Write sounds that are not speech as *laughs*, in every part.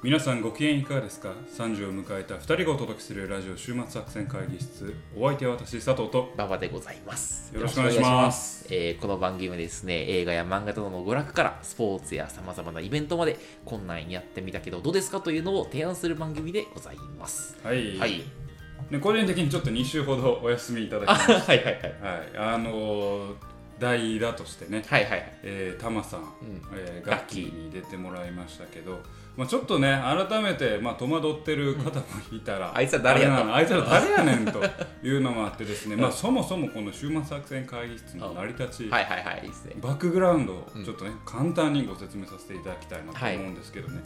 皆さんご機嫌いかがですか ?30 を迎えた2人がお届けするラジオ週末作戦会議室お相手は私佐藤と馬場でございます。。よろしくお願いしますえーこの番組はですね、映画や漫画などの娯楽からスポーツやさまざまなイベントまで、こんなんやってみたけどどうですかというのを提案する番組でございます。はい、はい。 *laughs* ね、個人的にちょっと2週ほどお休みいただきあましはいはいはい。たはいあのー、代打としてね、はいはいはい。えー、タマさん、うんえー、ガガッッキキーーに出てもらいましたけど、まあ、ちょっとね改めて、まあ、戸惑ってる方もいたら、あいつら誰やとあれなのあいつら誰やねんというのもあってです *laughs* ね、まあ、そもそもこの週末作戦会議室の成り立ち、はいはいはい。いいですね。バックグラウンドをちょっとね、簡単にご説明させていただきたいなとはい思うんですけどね、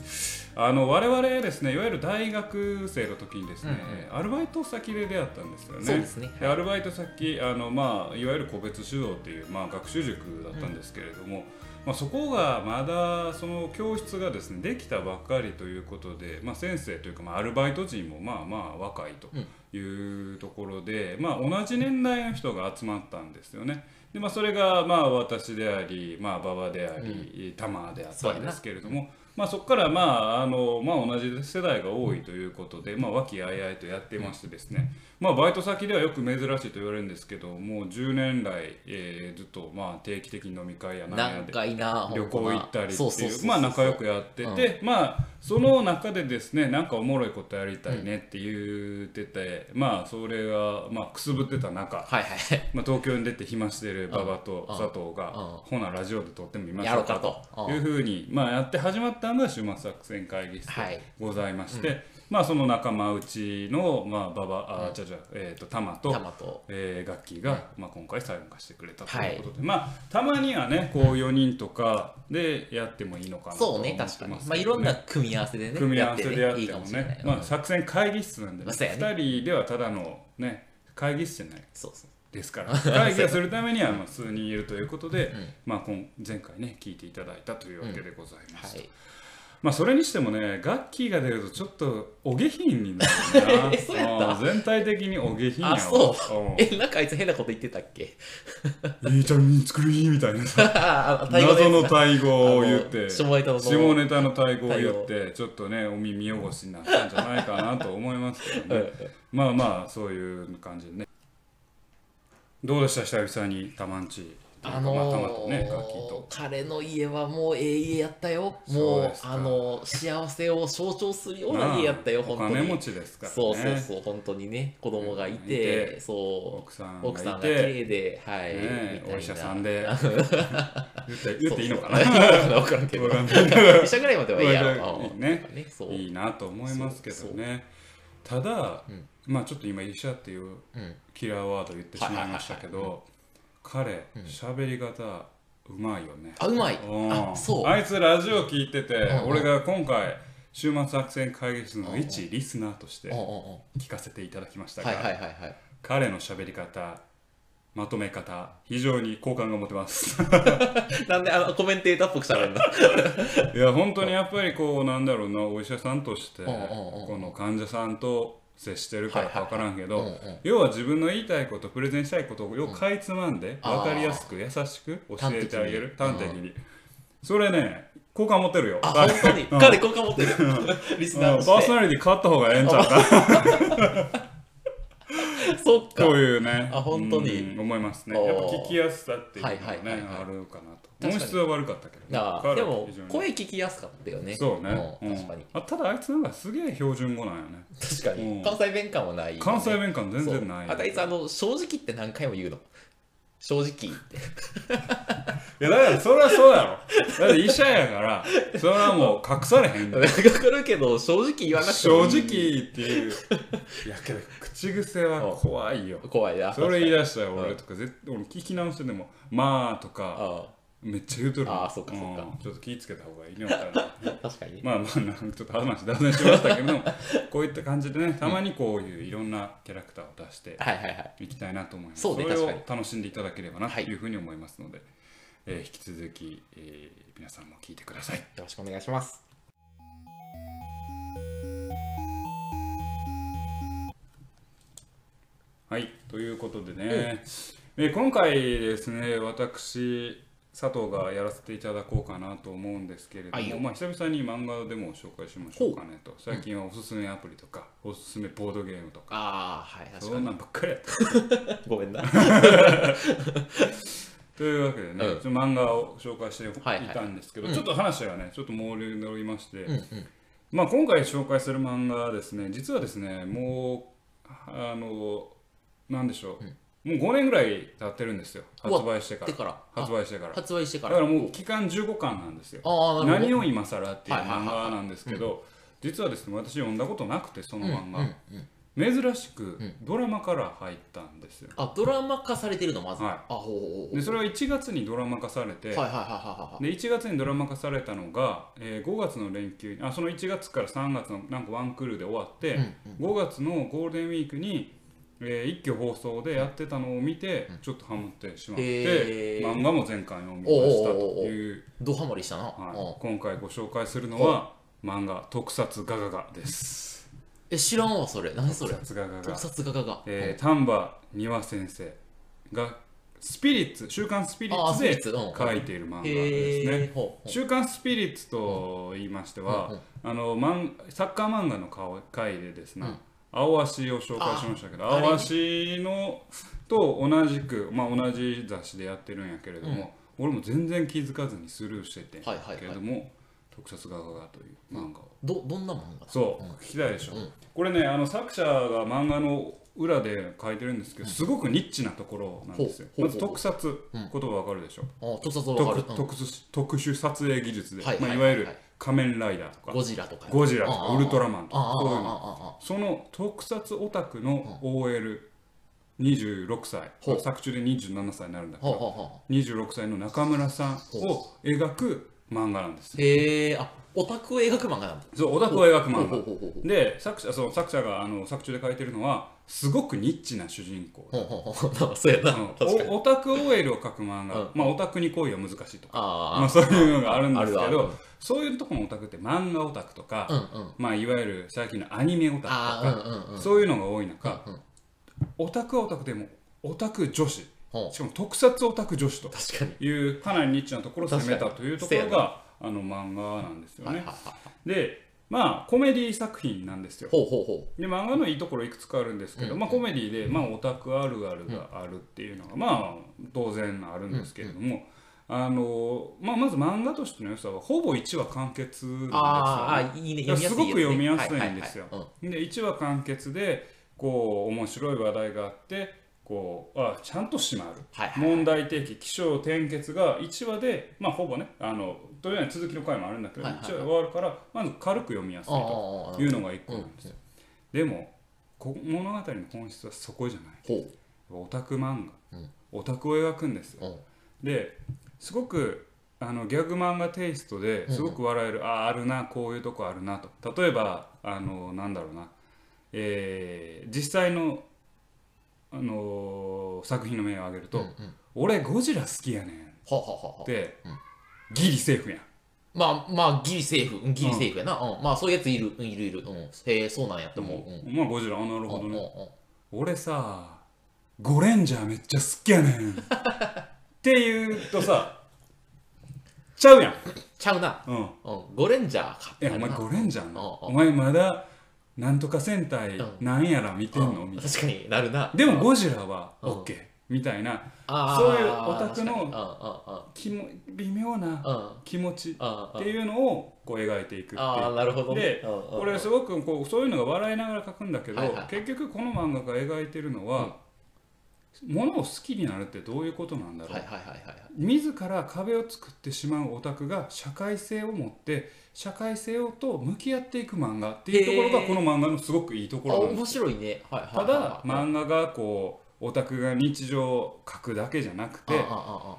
あの我々ですねいわゆる大学生の時にですね、アルバイト先で出会ったんですよね。そうですねアルバイト先あの、まあ、いわゆる個別指導っていう、まあ、学習塾だったんですけれども、まあ、そこがまだその教室がですねできたばっかりということで、まあ、先生というか、まあ、アルバイト人もまあまあ若いというところで、まあ、同じ年代の人が集まったんですよね。でまあ、それがまあ私であり、まあ、馬場であり、玉であったんですけれども、まあ、そこから、まああのまあ、同じ世代が多いということで、まあ、和気あいあいとやってましてですね、まあ、バイト先ではよく珍しいと言われるんですけどもう10年来、えーずっと、まあ、定期的に飲み会やなんやなんでかいいな旅行行ったりっていうまあ仲良くやってうんて、まあその中でですねなんかおもろいことやりたいねって言ってて、まあそれが、まあ、くすぶってた中、はいはい。まあ、東京に出て暇してる馬場とうん佐藤が「ほなラジオで撮ってみましやょろううか」かとというふうに、まあ、やって始まったのが週末作戦会議室はいでございまして、まあ、その仲間内の、まあ、馬場あじゃじゃえー、と玉とたまと。えー、楽器が、まあ、今回参加してくれたとはいいうことで、まあたまにはねこう4人とかでやってもいいのかなとはそ思うってね、ま確すかけどにね。まあいろんな組み合わせでね、組み合わせでやっいいてかももしれないね。まあうん作戦会議室なんで、まねあそうやね2人ではただのね会議室じゃないそうそう。ですから会議をするためにはまあ数人いるということで、まあ、今前回ね聞いていただいたというわけでございまはす、い。まあそれにしてもねガッキーが出るとちょっとお下品になるなえ *laughs* そうやったあー全体的にお下品やわあ、そうんう。え、なんかあいつ変なこと言ってたっけ *laughs* えーちゃん見作る日みたいなさあタイ語やつ謎なのタイ語を言ってあの下ネタの下ネタのタイ語を言ってちょっとねお耳汚しになったんじゃないかなと思いますけどねまあまあそういう感じでねどうでした久々にたまんちというかあのまあーたまとねガッキーと彼の家はもうええ家やったよもそううですかあのー幸せを象徴するような家やったよまあお本当に金持ちですからねそうそうそう本当にね子供がいて,、いてそう奥さんがいて奥さんが綺麗ではい、みねたいなお医者さん *laughs* で言って言っていいのかなそうそう *laughs* いいのかな分からんけどわかん医者ぐらいまではいいやろいいうんねねそういいなと思いますけどねただ、まあちょっと今医者っていううんキラーワード言ってしまいましたけど彼喋り方うまいよねあうまいあんそうあいつラジオ聞いててんうん俺が今回週末作戦会議室の一リスナーとしてうんうんうん聞かせていただきましたはいはいはいが *laughs* はい彼の喋り方まとめ方非常に好感が持てますなんであのコメンテーターっぽくしたらんだいや本当にやっぱりこうなんだろうなお医者さんとしてんうんうんこの患者さんと接してるからか分からんけはいどはいはいうんうん要は自分の言いたいことプレゼンしたいことをよくかいつまんであー分かりやすく優しく教えてあげる端端的的にそれね好感持てるよあ本当にうん彼好感持ってる *laughs* リスうんナーパとーしソナリティ変わった方がええんちゃうかてそっかというねあ本当にうん思いますねあーやっぱ聞きやすさっていうのがはいはいはいねはいあるかなとかに音質は悪かったけどねああ彼ではも非常に声聞きやすかったよねそうねうんうん確かにあただあいつなんかすげえ標準語なんよね確かうんに関西弁感はないよね関西弁感全然ないそうあとあいつあの正直って何回も言うの正直っていやだからそれはそうやろだって医者やからそれはもう隠されへんねん分かるけど正直言わなくても正いい直っていういやけど口癖は怖いよ怖いなそれ言いや出したら俺とか絶俺聞き直してでも「まあ」とか *laughs* あめっちゃ言うとるもんあーそっかそっかんちょっと気ぃつけた方がいいねみたいなあ確かにね、まあまあなんかちょっと話脱線しましたけどもこういった感じでねたまにこういういろんなキャラクターを出してはいはいはいいきたいなと思いますそうねれ確をかに楽しんでいただければなとはいいうふうに思いますので、えー引き続き、えー皆さんも聞いてくださいよろしくお願いしますはいということでね、えー今回ですね私佐藤がやらせていただこうかなと思うんですけれどはいよも、まあ、久々に漫画でも紹介しましょうかねと最近はおすすめアプリとかおすすめボードゲームとかああ、はい、確そかんに。なんばっかりやったごめんな。というわけでね、うんちょっと漫画を紹介してはいはいいたんですけど、ちょっと話がねちょっと毛流に乗りまして、うんうん。まあ、今回紹介する漫画はですね実はですねもうあのなんでしょう、もう5年ぐらい経ってるんですようわ発売してかてらから、あ発売してからだ発売してか。かららもう期間15巻なんですよああ、なる何を今更っていうはいはいはい漫はい画なんですけど実はですね私読んだことなくてそほのど。漫うんう画んうん珍しくドラマから入ったんですよあ、ドラマ化されてるの、まず。はいあ、ほうほうほでそれは1月にドラマ化されてう。はいはいはいはいはい。で1月にドラマ化されたのが、えー5月の連休あその1月から3月のなんかワンクールで終わって、5月のゴールデンウィークに、えー一挙放送でやってたのを見て、ちょっとハマってしまって、へー漫画も前回読みましたという、ドハマりしたな。はうんい、今回ご紹介するのは漫画「特撮ガガガ」です。え、知らんわ、それ。何それ特。撮ガガガ特撮画家が。えー丹波庭先生がスピリッツ「週刊スピリッツ」あースピリでッツうん書いている漫画ですね。へえ。ほうほ週刊スピリッツと言いましては、うんあのマンサッカー漫画の顔回でですね、うん青足を紹介しましたけどああれ青足のと同じく、まあ、同じ雑誌でやってるんやけれども、俺も全然気づかずにスルーしててんはいはいはいけれども、特撮画家がという漫画を、うど、どんな漫画だそう、聞きたいでしょ、これねあの作者が漫画の裏で書いてるんですけどすごくニッチなところなんですよ、ほうまず特撮、言葉わかるでしょあ特撮わ特かる。うん特殊特殊撮影技術で、はいまあ、はいいわはいゆはいる仮面ライダーとかゴジラとか。ゴジラとあかあああウルトラマンとああかそういうのああああああその特撮オタクの OL26 歳ほう作中で27歳になるんだけほうどほうほ26歳の中村さんを描く漫画なんですう。へえ。あ、オタクを描く漫画なんだ。そうオタクを描く漫画ほうほうほうほうで作者そう作者があの作中で書いてるのはすごくニッチな主人公ほうほうほう。なんかそうやな。うん *laughs* 確かに。おオタク OL を描く漫うん画まあオタクに恋は難しいとかまああ、そういうのがあるんですけあるあるどそういうとこのオタクって漫画オタクとか、あ。うんうん。まあ、いわゆる最近のアニメオタクとあか、あ、うんうんうん。そういうのが多い中、うんうんオタクはオタクでもオタク女子しほうかも特撮オタク女子と確かに。いうかなりニッチなところを攻めたというところ確かにがあの漫画なんですよはいねはい。はいでまあコメディ作品なんですよ。ほうほうほで漫画のいいところいくつかあるんですけど、まあ、コメディでまあオタクあるあるがあるっていうのが、まあ、当然あるんですけれども、あのまあ、まず漫画としての良さはほぼ1話完結なんですよ、う。ああ、ああいいね。読みやすいやつね。すごく読みやすいんですよはははで1話完結でこう面白い話題があってこうあちゃんと締まる、はいはい問題提起起承転結が1話で、まあ、ほぼねあのとりあえず続きの回もあるんだけど、はいはいはい1話終わるからまず軽く読みやすいうん。あとあああ、ああいうのが1個なんですよ、でもこ物語の本質はそこじゃないほう。オタク漫画、うんオタクを描くんですようんですごくあのギャグ漫画テイストですごく笑える、あああるなこういうとこあるなと例えばあのなんだろうな、えー実際の、あのー作品の名を挙げると「うんうん俺ゴジラ好きやねん」ははははっ。て、ギリセーフやんまあまあ、ギリセーフ。うんギリセーフやな。うん。まあ、そういうやついる。うん、いるいる。うん。へえ、そうなんやって思う。うん。まあゴジラあなるほどうんうんねうん俺さゴレンジャーめっちゃ好きやね *laughs* んって言うとさちゃうやん、ちゃうな。うん、うん。ゴレンジャーか。え、お前ゴレンジャーうんうんのお前まだなんとか戦隊うんなんやら見てんのみたい確かになるな。な。でもゴジラはうん OK みたいなあーそういうオタクの確か気も微妙なにうんうんうん。うん気持ちあっていうのをこう描いていくってあいう。ー、なるほどね。でうんうんうんこれすごくこうそういうのが笑いながら描くんだけどはいはいはい結局この漫画が描いてるのはものを好きになるってどういうことなんだろうはいはいはいはいはい。自ら壁を作ってしまうオタクが社会性を持って社会性をと向き合っていく漫画っていうところがへーこの漫画のすごくいいとこあ、ろなんで面す白いね。はいはいたはいだはい。あ漫画がこうオタクが日常を描くだけじゃなくあてああ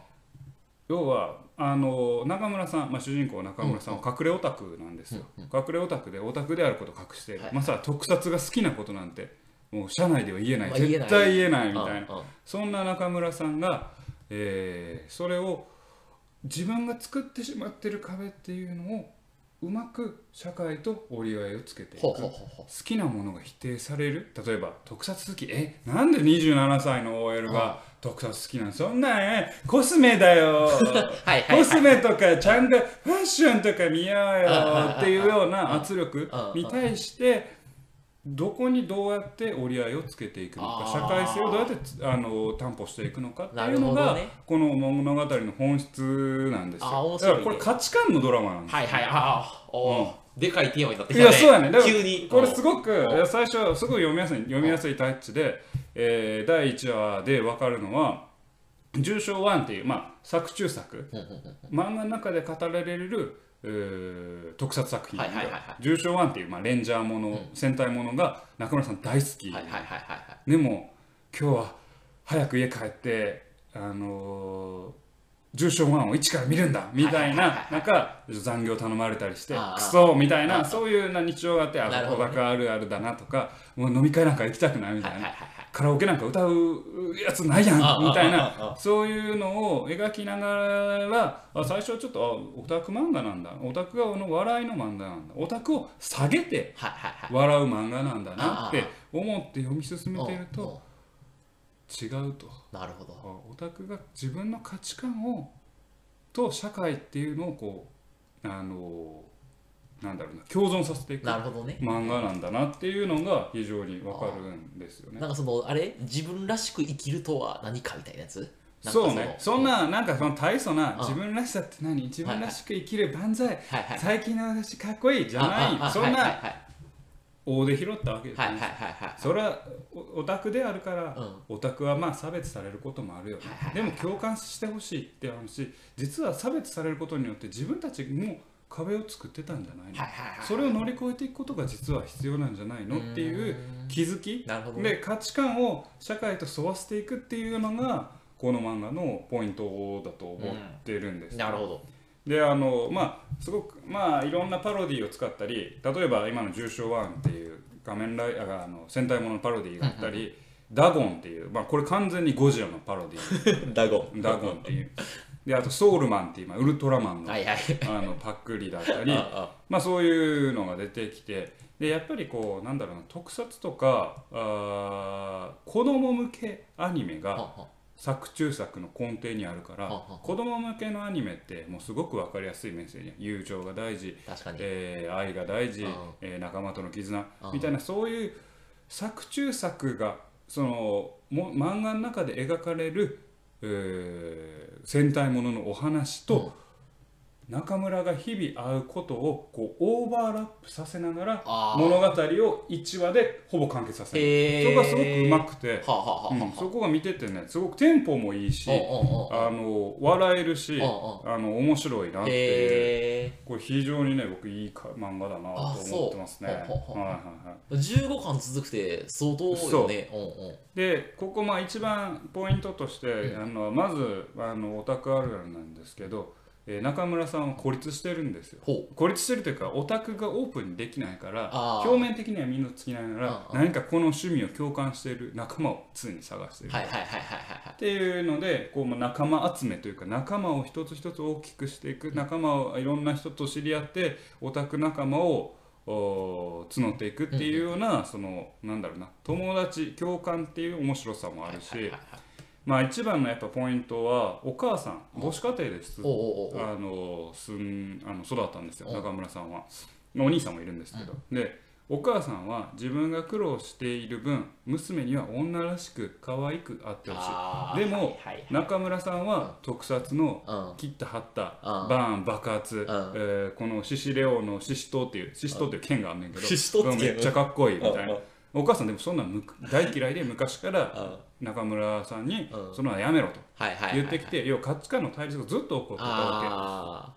要はあの中村さん、まあ、主人公中村さんは隠れオタクなんですよ、隠れオタクでオタクであることを隠している、はいまあさ特撮が好きなことなんてもう社内では言えない、まあ言えない絶対言えないみあたいなあああそんな中村さんが、えーそれを自分が作ってしまってる壁っていうのをうまく社会と折り合いをつけていくほう好ほうほうほうきなものが否定される例えば特撮好きえなんで27歳の OL が特撮好きなんそんなんコスメだよはいはいコスメとかちゃんとファッションとか見ようよっていうような圧力に対してどこにどうやって折り合いをつけていくのかあ社ー会性をどうやってつあの担保していくのかっていうのなるほどが、ねこの物語の本質なんですあーよだ面白いかねらこれ価値観のドラマなんですよはいはいああおーでかいテーマになってきいたねやそうやねだから急にこれすごくんいや最初はすごい読みやすい読みやすいタッチで、えー第1話で分かるのは「重症1」っていう、まあ、作中作うんうんうん漫画の中で語られる、えー特撮作品はいはいはいはい重症1」っていう、まあ、レンジャーもの、戦隊ものが中村さん大好き、はいはいはいはいはいでも今日は早く家帰ってあのー重症1を一から見るんだみたいはいはいななんか残業頼まれたりしてあークソみたいあなーそういうな日常があってあなるほ小どね高あるあるだなとかもう飲み会なんか行きたくないみたはいいはないはいカラオケなんか歌うやつないやんあーみたいあーあーなそういうのを描きながらあ最初はちょっとあオタク漫画なんだオタクがの笑いの漫画なんだオタクを下げてはいはいはい笑う漫画なんだなっあて思って読み進めてるとうんうん違うとなるほどオタクが自分の価値観をと社会っていうのをこうあのなんだろうな共存させていくなるほどね漫画なんだなっていうのが非常にわかるんですよねな。んかそのあれ自分らしく生きるとは何かみたいなやつなんかそうねそんななんかその大層なうん自分らしさって何自分らしく生きる万歳はいはい最近の私かっこいいじゃあなあいそんはいな大で拾ったわけですはいはいねはいはいはいそれはおオタクであるから、うオタクはまあ差別されることもあるよね、はいはいはいでも共感してほしいって話実は差別されることによって自分たちも壁を作ってたんじゃないの、はいはいはいそれを乗り越えていくことが実は必要なんじゃないのっていう気づきなるほどねで価値観を社会と沿わせていくっていうのがこの漫画のポイントだと思ってるんです、なる *laughs* ほどであのまあすごくまあいろんなパロディーを使ったり例えば今の「重症ワン」っていう仮面ライダーあの戦隊もののパロディーがあったり「ダゴン」っていう、まあ、これ完全にゴジラのパロディダゴーダゴンっていうであと「ソウルマン」っていう、まあ、ウルトラマンの,、はいはいあのパックリだったりああまあ、そういうのが出てきてでやっぱりこうなんだろうな特撮とかあー子供向けアニメがああ作中作の根底にあるからはは子供向けのアニメってもうすごく分かりやすいメッセージ友情が大事、確かにえー愛が大事うん、えー仲間との絆うんみたいなそういう作中作がそのも漫画の中で描かれる、えー戦隊もののお話と、中村が日々会うことをこうオーバーラップさせながらあー物語を1話でほぼ完結させる、へえそこがすごくうまくて。はあはあはあうんそこが見ててねすごくテンポもいいしおうおうおうあの笑えるしおうあの面白いなっていうへえこれ非常にね僕いいか漫画だなあと思ってますね。はいそうほうほうほうはいはい15巻続くて相当よねうんうんでここまあ一番ポイントとして、あのまずあのオタクあるあるなんですけど、えー中村さんは孤立してるんですよ。ほ孤立してるというかオタクがオープンにできないからあー表面的にはみんなつきないならあー何かこの趣味を共感している仲間を常に探してうる。はいはいはいはいはいっていうのでこうまあ仲間集めというか仲間を一つ一つ大きくしていく仲間をいろんな人と知り合ってオタク仲間をおー募っていくっていうようなそのなんだろうな友達共感っていう面白さもあるはいはいしはいはいまあ一番のやっぱポイントはお母さん母子家庭ですおうおうおうあのすんあの育ったんですよお中村さんはお兄さんもいるんですけど、でお母さんは自分が苦労している分娘には女らしく可愛くあってほしいあーでもはいはい中村さんは特撮のうん切った張ったうバんーン爆発、んえーこの獅子レオの獅子刀っていう獅子刀っていう剣があんねんけど獅子刀っていうめっちゃかっこいいみたいなうんお母さんでもそんなんむく大嫌いで昔からうん中村さんにうんそんなのやめろとはいはいはいはい言ってきて要は価値観の対立がずっと起こってたわああ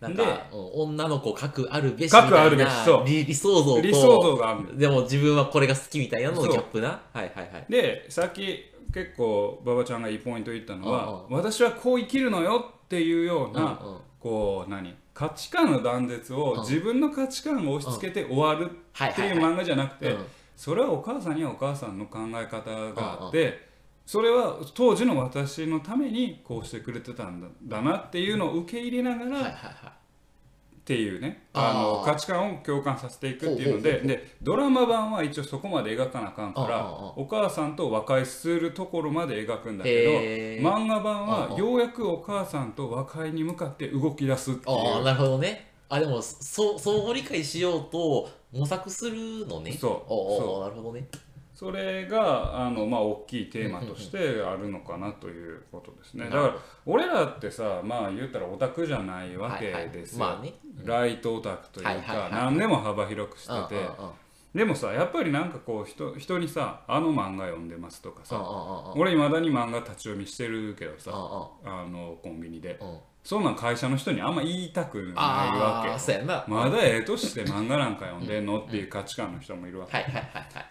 なんけかうん女の子かくあるべしかくあるべしみたいなそう理理想像とけ理想像があるのでも自分はこれが好きみたいなののそうギャップなはいはいはいでさっき結構馬場ちゃんがいいポイント言ったのはう私はこう生きるのよっていうような、うんうんこう何価値観の断絶を自分の価値観を押し付けて終わるっていうはいはいはい漫画じゃなくてうんそれはお母さんにはお母さんの考え方があってそれは当時の私のためにこうしてくれてたんだだなっていうのを受け入れながはいはいらはいっていうねあのあー価値観を共感させていくっていうのでほうほうほうほうでドラマ版は一応そこまで描かなあかんかあらーあーあお母さんと和解するところまで描くんだけどへー漫画版あーはあーようやくお母さんと和解に向かって動き出すっていああ、うなるほどね。あ、でも、そ相互理解しようと模索するのね。そうおそお、なるほどね。それがあの、まあ、大きいテーマとしてあるのかなということですねだから俺らってさまあ言ったらオタクじゃないわけですよ、はいはい、まあね。ライトオタクというか、はいはいはい何でも幅広くしてて、うんうんうんうんでもさやっぱりなんかこう人人にさ「あの漫画読んでます」とかうんさ、うんうん俺いまだに漫画立ち読みしてるけどさ、うあのコンビニで、んうんうんそんなん会社の人にあんま言いたくないわああ、けそうやな。はいまだええ年して漫画なんか読んでんのっていう価値観の人もいるわけ、はいはいはい。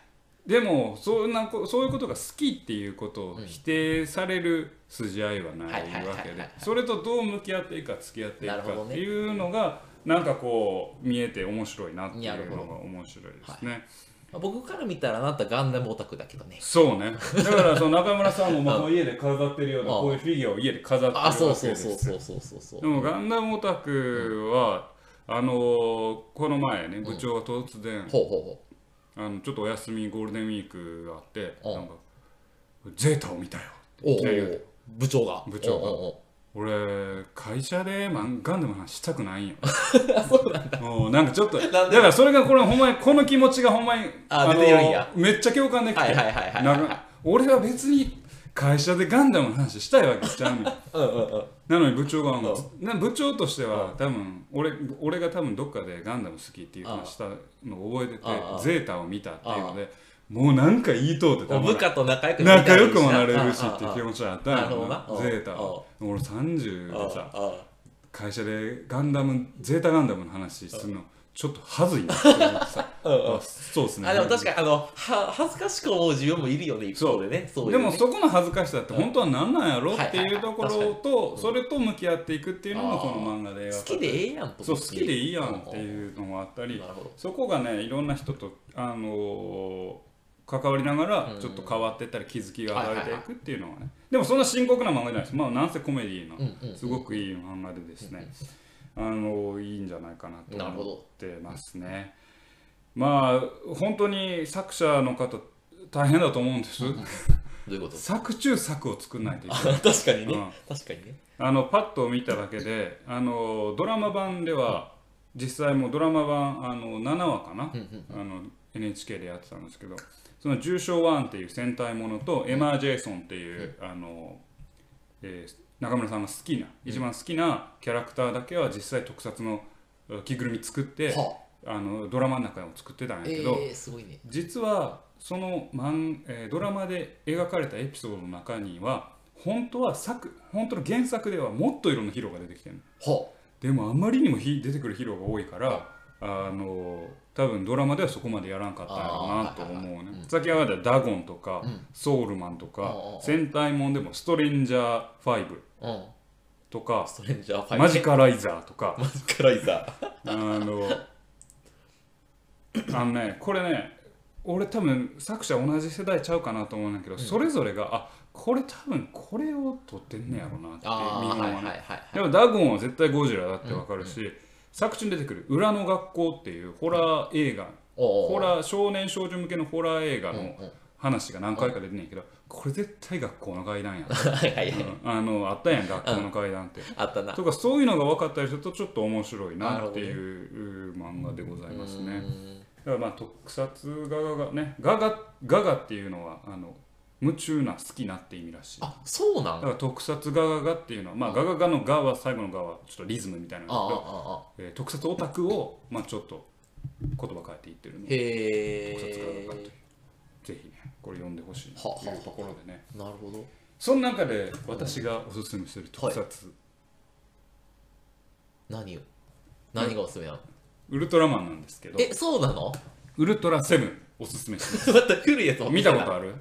でもそんなこそういうことが好きっていうことを否定される筋合いはないうんはいはいわはいはいけはいはでいそれとどう向き合っていくか付き合っていくなるほかどっねていうのがなんかこう見えて面白いなっていうのなるが面白いですね。まあ僕から見たらあなたガンダムオタクだけどね。そうねだからその中村 *laughs* さんもまあもう家で飾ってるようなうんこういうフィギュアを家で飾ってるわあ、けそうですそうそうよそうそうそうそうで。もガンダムオタクはあのーこの前ね部長が突然ほうほあのちょっとお休みゴールデンウィークがあってうんなんか「ゼータを見たよ」うほう。おうおねう部長が。部長がおうおうおう俺会社でマンガンダムの話したく *laughs* ないんよもうなんかちょっとだなんでからそれがこれほんまにこの気持ちがほんまにあの出てるんやめっちゃ共感できて、はいはいはいはいなんか俺は別に会社でガンダムの話したいわけち *laughs* ゃうのようんうんうん。なのに部長がもうな部長としては多分俺俺が多分どっかでガンダム好きっていう話したのを覚えててああゼータを見たっていうのでもうなんか言いとうってたおまらん部下と仲良く仲良くもなれるしっていう気持ち持ちはあったんやろなるほどなゼータうんは俺30でさああ会社でガンダムゼータガンダムの話するのちょっと恥ずいなって思って *laughs* さあそうですねあでも確かにあのは恥ずかしく思う自分もいるよね一方でねそうでもそうそこの恥ずかしさって本当は何なんやろうんっていうところとそれと向き合っていくっていうのがあーこの漫画でいう描ねか好きでれてええやんとそう好きでいいやんってういうのもあったりなるほどそこがねいろんな人とあのー関わりながらうんちょっと変わっていったり気づきが与えていくっていうのはねでもそんな深刻な漫画じゃないですまあなんせコメディのうんうんうんすごくいい漫画でですねあのーいいんじゃないかなとなるほ思どってますねまあ本当に作者の方大変だと思うんですどういうこと作中作を作んないといけない確かにね、うん確かにねあのパッと見ただけであのドラマ版では実際もうドラマ版あの7話かな、あの NHK でやってたんですけどその「重症ワン」っていう戦隊ものと「エマー・ジェイソン」っていう、あのえー中村さんが好きな一番好きなキャラクターだけは実際特撮のえ着ぐるみ作ってはあのドラマの中でも作ってたんやえけど、ー、すごいね実はそのマン、えードラマで描かれたエピソードの中には本当は作本当の原作ではもっといろんなヒーローが出てきてるのはでもあまりにもひ出てくるヒーローが多いからあの多分ドラマではそこまでやらんかったんやろうなと思うね、あーはいはいはいうんさっき言われたダゴンとか、うんソウルマンとかあー戦隊もんでもストレンジャー5うんとかストレンジャーファイブマジカライザーとかマジカライザーあのあのねこれね俺多分作者同じ世代ちゃうかなと思うんだけど、それぞれがあこれ多分これを撮ってんねやろなってあみあんーなははいね、はいはいはいでもダゴンは絶対ゴジラだってわかるし、作中に出てくる「裏の学校」っていうホラー映画、おうおホうラー少年少女向けのホラー映画うんうのん話が何回か出てんねんけど、これ絶対学校の階段やん、 *laughs* はいはいはいうんあのあったやん学校の階段って。あったなとかそういうのが分かったりするとちょっと面白いなっていう漫画でございますね。だからまあ特撮画がね画が画がっていうのはあの夢中な好きなって意味らしい。だあそうなんから特撮画がっていうのはまあ画がの画は最後の画はちょっとリズムみたいなのあだあけどああえー特撮オタクをまあちょっと言葉変えていってるのでへ特撮画がというえぜひねこれ読んでほしいなはあというところでね。なるほどその中で私がおすすめする特撮何を何がおすすめなのウルトラマンなんですけどえそうなの *laughs* ウルトラセブンおすすめします。また古いやつ持って見きなたことある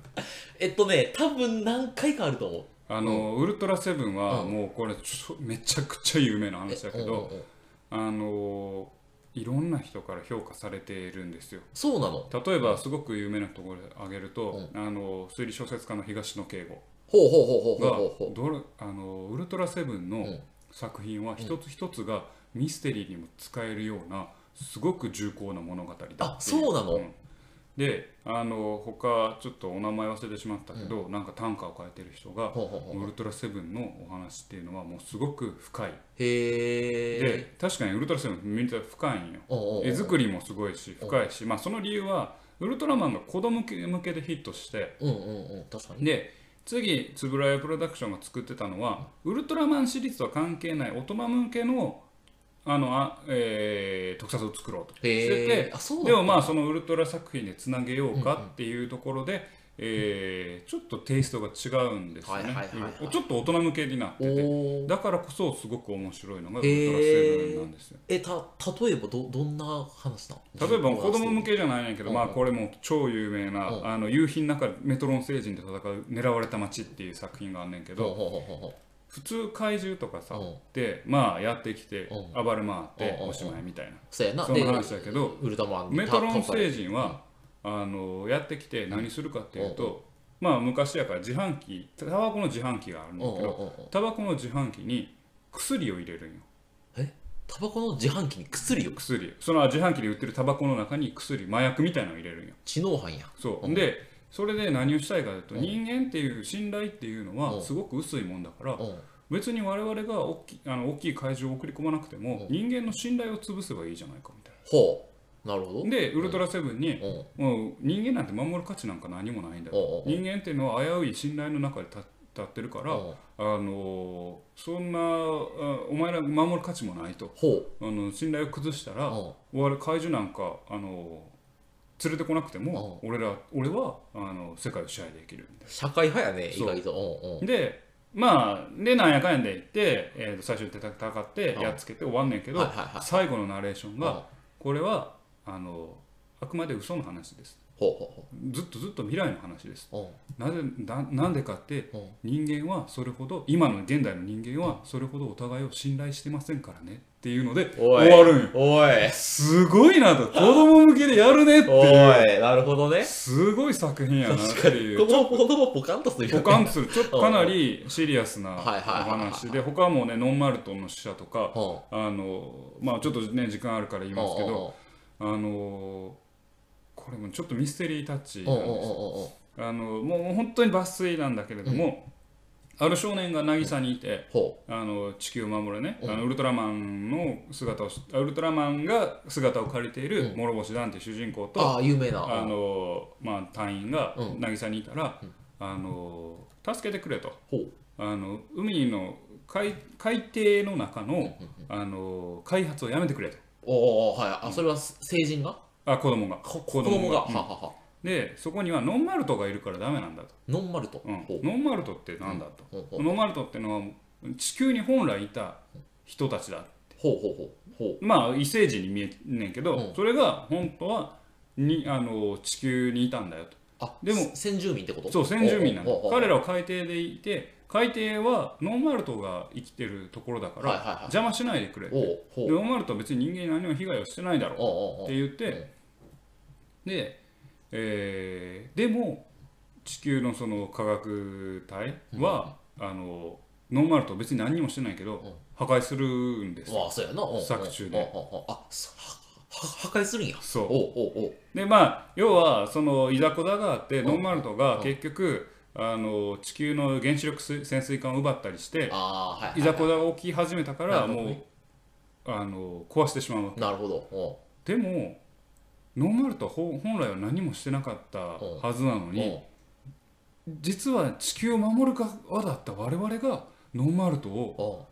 えっとね、多分何回かあると思う。あの、ウルトラセブンはうんもうこれちょめちゃくちゃ有名な話だけど、うんうんうんあのいろんな人から評価されているんですよそうなの。例えばすごく有名なところで挙げると、あの推理小説家の東野圭吾ほうほうほうほうほうがほうほう。ドラあのウルトラセブンのん作品は一つ一つがミステリーにも使えるようなすごく重厚な物語だっていあそうなのんであの他ちょっとお名前忘れてしまったけど、なんか短歌を書いてる人がほうほうほうウルトラセブンのお話っていうのはもうすごく深いへえで確かにウルトラセブン見たら深いんよおうおうおう絵作りもすごいし深いし、まあ、その理由はウルトラマンが子供向け向けでヒットしてうんうんうん確かにで次円谷プロダクションが作ってたのはウルトラマンシリーズとは関係ない大人向けのあのあ、えー特撮を作ろうとしてへてえあそうなんだでもまあそのウルトラ作品でつなげようかっていうところで、えーちょっとテイストが違うんですよね、はいはいはいはいうんちょっと大人向けになってておおだからこそすごく面白いのがウルへートラセブンなんですよ。えた例えばどどんな話なの例えば子供向けじゃないんやけど、うんまあ、これも超有名な、うんあの夕日の中でメトロン星人で戦う「狙われた街」っていう作品があんねんけほうど、ほうほうほうほう普通怪獣とかさ、うんでまあやってきてう暴れ回ってうんうんおしまいみたいな、そうやなその話だけどウルトラマンにメトロン倒され星人は、あのやってきて何するかっていうと、まあ昔やから自販機タバコの自販機があるんだけうんうんうんどうんタバコの自販機に薬を入れるんよえタバコの自販機に薬を薬その自販機で売ってるタバコの中に薬麻薬みたいなのを入れるんよ知能犯やそう、うんでそれで何をしたいかというと、うん人間っていう信頼っていうのうはんすごく薄いもんだから、うん別に我々が大きいあの大きい怪獣を送り込まなくても、う人間の信頼を潰せばいいじゃないかみたいほうなるほどな。でウルトラセブンに、うんもう人間なんて守る価値なんか何もないんだよ、うんうん人間っていうのは危うい信頼の中で立立ってるから、うんあのーそんなあお前ら守る価値もないとほうあの信頼を崩したら、うん我々怪獣なんかあの連れてこなくても、俺ら俺はあの世界を支配できるみたい社会派やね意そう外とうんうんな。でまあでなんやかんやで言って、えーと最初に戦ってうんやっつけて終わんねんけど、はいはいはい最後のナレーションが、うんこれはあのあくまで嘘の話ですほうほずっとずっと未来の話ですうほうなぜななんでかってうんうん人間はそれほど今の現代の人間はそれほどお互いを信頼してませんからねっていうのでおい終わるんよおいすごいなと子供向けでやるねっていうおいなるほどねすごい作品やなっていう *laughs* こ。こも子供ポカンとするよポねカンとするちょっとかなりシリアスなおはいはいはいはい話で他もねノンマルトンの使者とかうんあのまあちょっとね時間あるから言いますけどあのこれもちょっとミステリータッチうんうんなんうんうんですあのうんうんもう本当に抜粋なんだけれどもある少年が渚にいてほあの地球を守るね、うんあのウルトラマンの姿をしあウルトラマンが姿を借りているうん諸星ダンっていう主人公うと、ああ有名なあのまあ、隊員がうん渚にいたら、あの助けてくれとほうあの海の海海底の中の,、あの開発をやめてくれとおおはいあそれは成人があ子供がこ子供がはうんははでそこにはノンマルトがいるからダメなんだと、ノンマルトうんほうノンマルトってなんだと、ほうほうノンマルトってのは地球に本来いた人たちだほうほうほうまあ異星人に見えんねんけど、うんそれが本当はにあの地球にいたんだよとあでもせ先住民ってことそう先住民なんだほうほうほう彼らは海底でいて海底はノーマルトが生きてるところだから、はいはいはい邪魔しないでくれってほうほでうノーマルトは別に人間に何も被害をしてないだろうおうおうおうって言ってで、えーでも地球のその科学隊は、あのノーマルトは別に何にもしてないけど、破壊するんですよまあそうやなうん作中でうんうんうんあそはは破壊するんやそうおうおうおうでまあ要はそのいざこざがあってんノンマルトうがん結局あの地球の原子力す潜水艦を奪ったりしてああはいはいいざこざが起き始めたからなるほどもうねあの壊してしまうなるほどおでもノンマルトはほ本来は何もしてなかったはずなのうに実は地球を守る側だった我々がノンマルトをおうおう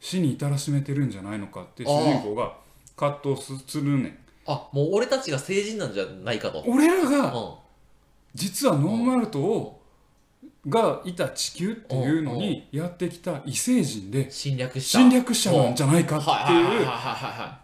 死に至らしめてるんじゃないのかってあ主ー人公が葛藤すするねんあもう俺たちが成人なんじゃないかと俺らがう実はノンマルトをがいた地球っていうのにやってきた異星人でん侵略した侵略者なんじゃないかゃってはいはいはいいうは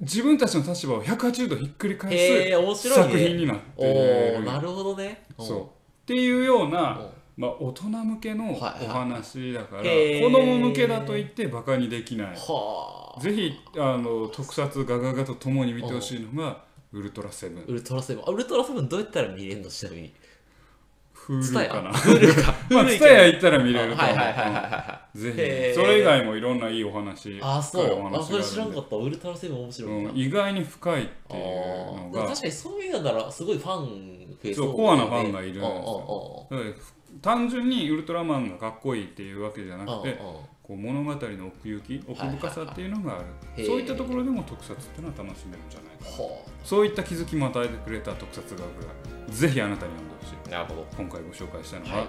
自分たちの立場を180度ひっくりいはいへ返え面す白いね作品になっおておーなるるほどねそうっていうよううなんまあ大人向けのお話だからはいはいへ子ー供向けだと言ってバカにできないはあぜひあの特撮ガガガとともに見てほしいのがウルトラセブンウルトラセブンあウルトラセブンどうやったら見れるのちなみにフールかな。ツタヤフールか。 *laughs* まあ、古いツけタどヤ行ったら見れるとはい思はういはいはいはいはうんぜへーひ。それ以外もいろんないいお話。い。あ、そ深いおう。あ、話そがれる知らんかった。ウルトラセブン面白いな。うん、意外に深いっていうのあーが確かにそういうのならすごいファン増えそうだねコアなファンがいるんですようんうだから単純にウルトラマンがかっこいいっていうわけじゃなんうくんうんてこう物語の奥行き奥深さっていうのがあいはいはるいそういったところでも特撮っていうのは楽しめるんじゃないかなはそういった気づきも与えてくれた特撮学がぜひあなたに読んでほしいあなるほど。今回ご紹介したのは、はい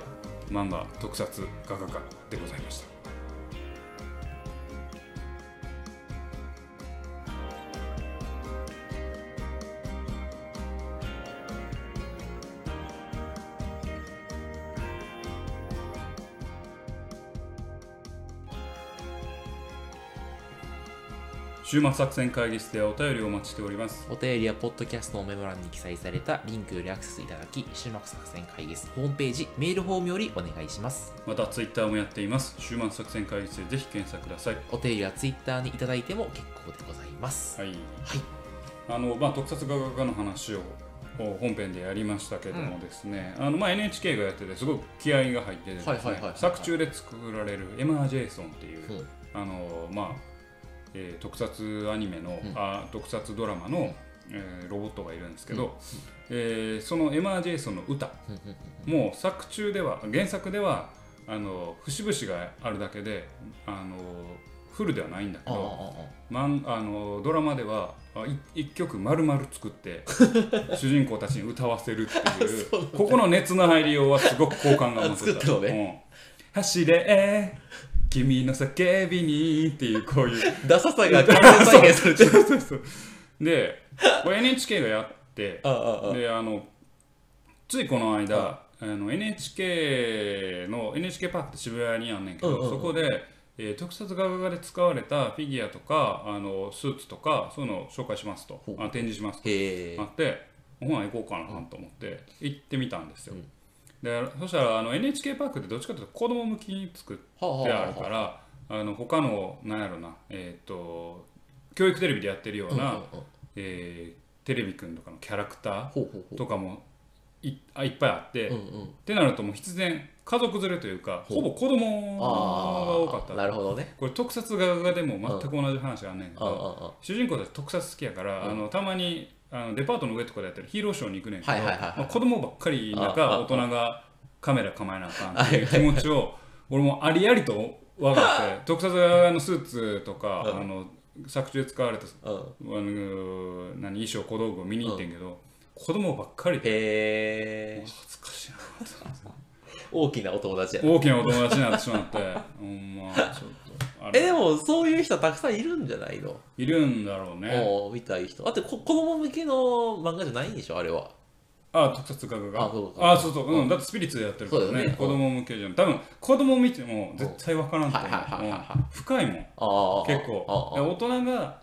漫画「特撮画家館」でございました週末作戦会議室ではお便りをお待ちしておりますお便りはポッドキャストのメモ欄に記載されたリンクよりアクセスいただき、週末作戦会議室ホームページ、メールフォームよりお願いします。またツイッターもやっています週末作戦会議室でぜひ検索くださいお便りはツイッターにいただいても結構でございます。はい、はいあのまあ、特撮画学科の話をこう本編でやりましたけどもですね、あのまあ、NHK がやっててすごく気合が入っててですねはいはいはいはい作中で作られる「エマー・ジェイソン」っていう、うんあのまあえー特撮アニメの、うんあ特撮ドラマの、えーロボットがいるんですけど、えーその「エマー・ジェイソン」の歌うんうんうんもう作中では原作ではあの節々があるだけであのフルではないんだけあああど。マンあのドラマではあい一曲丸々作って *laughs* 主人公たちに歌わせるっていうそうなんだここの熱の入りようはすごく好感が持てあ作ったのうん走れ君の叫びにっていうこういうああダサさが完全再現されてる。そうそうでこれ NHK がやってああああであのついこの間あの NHK の NHK パークって渋谷にあんねんけど、うんうんうんそこで、えー特撮画家で使われたフィギュアとかあのスーツとかそういうのを紹介しますとほうあ展示しますとへえあ。ってほな行こうかなと思って行ってみたんですよ、うんでそしたらあの NHK パークってどっちかというと子供向きに作っはあはでああるはあからあの他のなんやろなえーっと教育テレビでやってるような、うんうんうんえーテレビくんとかのキャラクタほうほうほーとかもいあいっぱいあって、う。うっんうん。てなるともう必然家族連れというかほうほぼ子供が多かあっあ、たなるほどね。これ特撮画家でも全く同じ話があんねんけあああど、ああ主人公たち特撮好きやから、うんあのたまにあのデパートの上とかでやってるヒーローショーに行くねんけど、はいはいはいはいまあ、子供ばっかりなああ中大人がカメラ構えなあかんっていう気持ちを俺もありありと分かって特撮側のスーツとか、うんあの作中で使われたああうのん。何衣装小道具を見に行ってんけど、子供ばっかりでへえ。恥ずかしいな大きなお友達やな。 *laughs* 大きなお友達になってしまってほんまちょっとあえ、れでもそういう人たくさんいるんじゃないのいるんだろうねお見たい人。あってこ子供向けの漫画じゃないんでしょあれは。あ特撮画家があそうかあそうそう、うん、だってスピリッツでやってるからそうだねよね子供向けじゃん多分子供見ても絶対分からんと思う、はいはいはいはいはうん深いもんああ。結構ああ大人が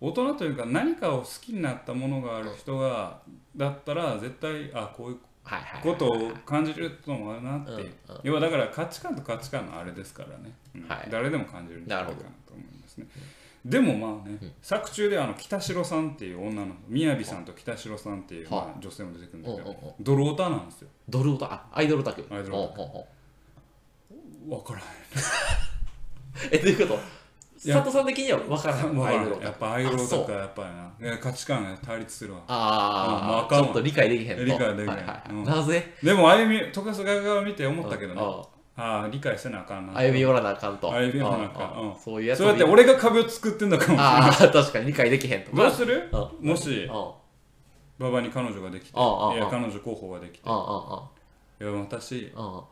大人というか何かを好きになったものがある人がだったら絶対あこういうはいはい。ことを感じることもあるなって、うんうん要はだから価値観と価値観のあれですからね、うんはい誰でも感じるんじゃないかなと思いますねでもまあね、作中ではあの北城さんっていう女の宮城さんと北城さんっていう、はまあ、女性も出てくるんだけうんうんうんどドローターなんですよドルオタ、あアイドルオタク。アイドルオタク。うんうんうん分からえ、どういうこといや佐藤さん的には分からへんん。わアイかドルらんやオタっク。ぱアイドルとあかそうやっぱりなえ価値観が対立するわうんまああああ、かんわちょっと理解できへんと。理解できへんはいはいうんなぜでも歩み徳川側を見て思ったけどねあああ理解せなあかんあな歩み寄らなあかんと。歩み寄らなあかんああうんそういうやつそうやって俺が壁を作ってんだかもしれないああ、確かに理解できへんと。どうするあもしあ馬場に彼女ができてあああいや彼女候補ができてああいや私ああ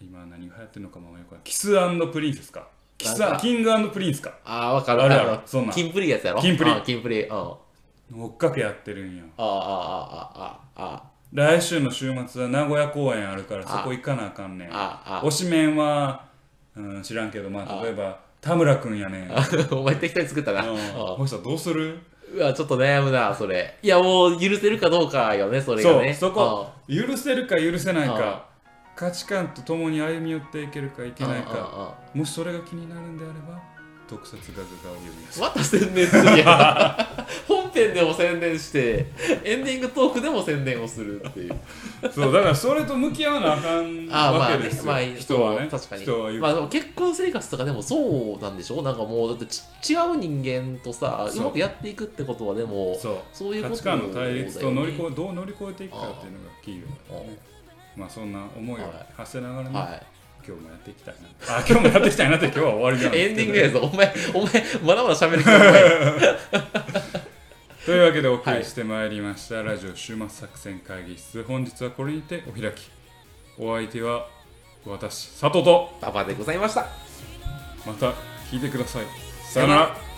今何が流行ってるのかもよくわかんないキスプリンセスかキスなんかキングプリンスかああ、わかる。あるやろのそんなんキンプリやつやろ。キンプリああキンプリ。うん。ああ、追っかけやってるんよああ、ああ、あ来週の週末は名古屋公演あるからそこ行かなあかんねんあ、ああ。推しメンは、うん、知らんけどまあ例えば田村君やねんうんあ *laughs* お前適当に作ったな。ああこの人どうするうわ、ちょっと悩むな、それ。いや、もう許せるかどうかよね、それがそうね。そこ許せるか許せないあか価値観とともに歩み寄っていけるかいけないああかもしそれが気になるんであれば特設ガゼタを読みやすいまた宣伝するや *laughs* ん本編でも宣伝してエンディングトークでも宣伝をするっていうそうだからそれと向き合わなあかんああまわあけねですよ、まあ人はねそう確かに人は言う、まあでも結婚生活とかでもそうなんでしょなんかもうだってち違う人間とさそううまくやっていくってことはでもそうそういう価こと値観の対立と乗り越えてどう乗り越えていくかっていうのがキーワードだねまあそんな思いをはい馳せながらね、はい今日もやっていきたいなあ今日もやっていきたいなって今日 *laughs* は終わりじゃないエンディングやぞお前お前まだまだ喋るからお前というわけでお送りしてまいりました、ラジオ終末作戦会議室本日はこれにてお開きお相手は私佐藤とパパでございましたまた聞いてくださいさよなら